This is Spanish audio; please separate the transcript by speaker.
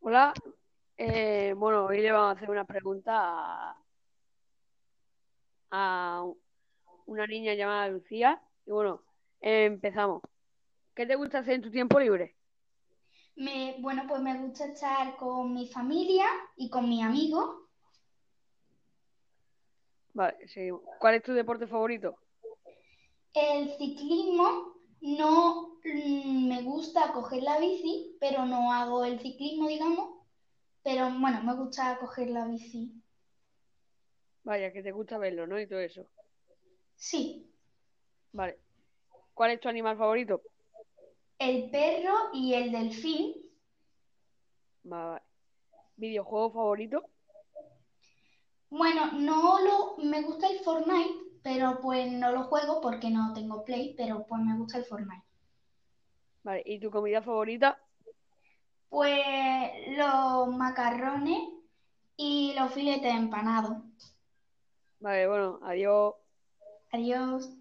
Speaker 1: Hola. Eh, bueno, hoy le vamos a hacer una pregunta a, a una niña llamada Lucía. Y bueno, eh, empezamos. ¿Qué te gusta hacer en tu tiempo libre?
Speaker 2: Me, bueno, pues me gusta estar con mi familia y con mis amigos.
Speaker 1: Vale, seguimos. ¿Cuál es tu deporte favorito?
Speaker 2: El ciclismo no mm, me gusta coger la bici, pero no hago el ciclismo, digamos. Pero bueno, me gusta coger la bici.
Speaker 1: Vaya, que te gusta verlo, ¿no? Y todo eso.
Speaker 2: Sí,
Speaker 1: Vale. ¿Cuál es tu animal favorito?
Speaker 2: el perro y el delfín.
Speaker 1: Vale. ¿Videojuego favorito?
Speaker 2: Bueno, no lo, me gusta el Fortnite, pero pues no lo juego porque no tengo Play, pero pues me gusta el Fortnite.
Speaker 1: Vale. ¿Y tu comida favorita?
Speaker 2: Pues los macarrones y los filetes empanados.
Speaker 1: Vale, bueno, adiós.
Speaker 2: Adiós.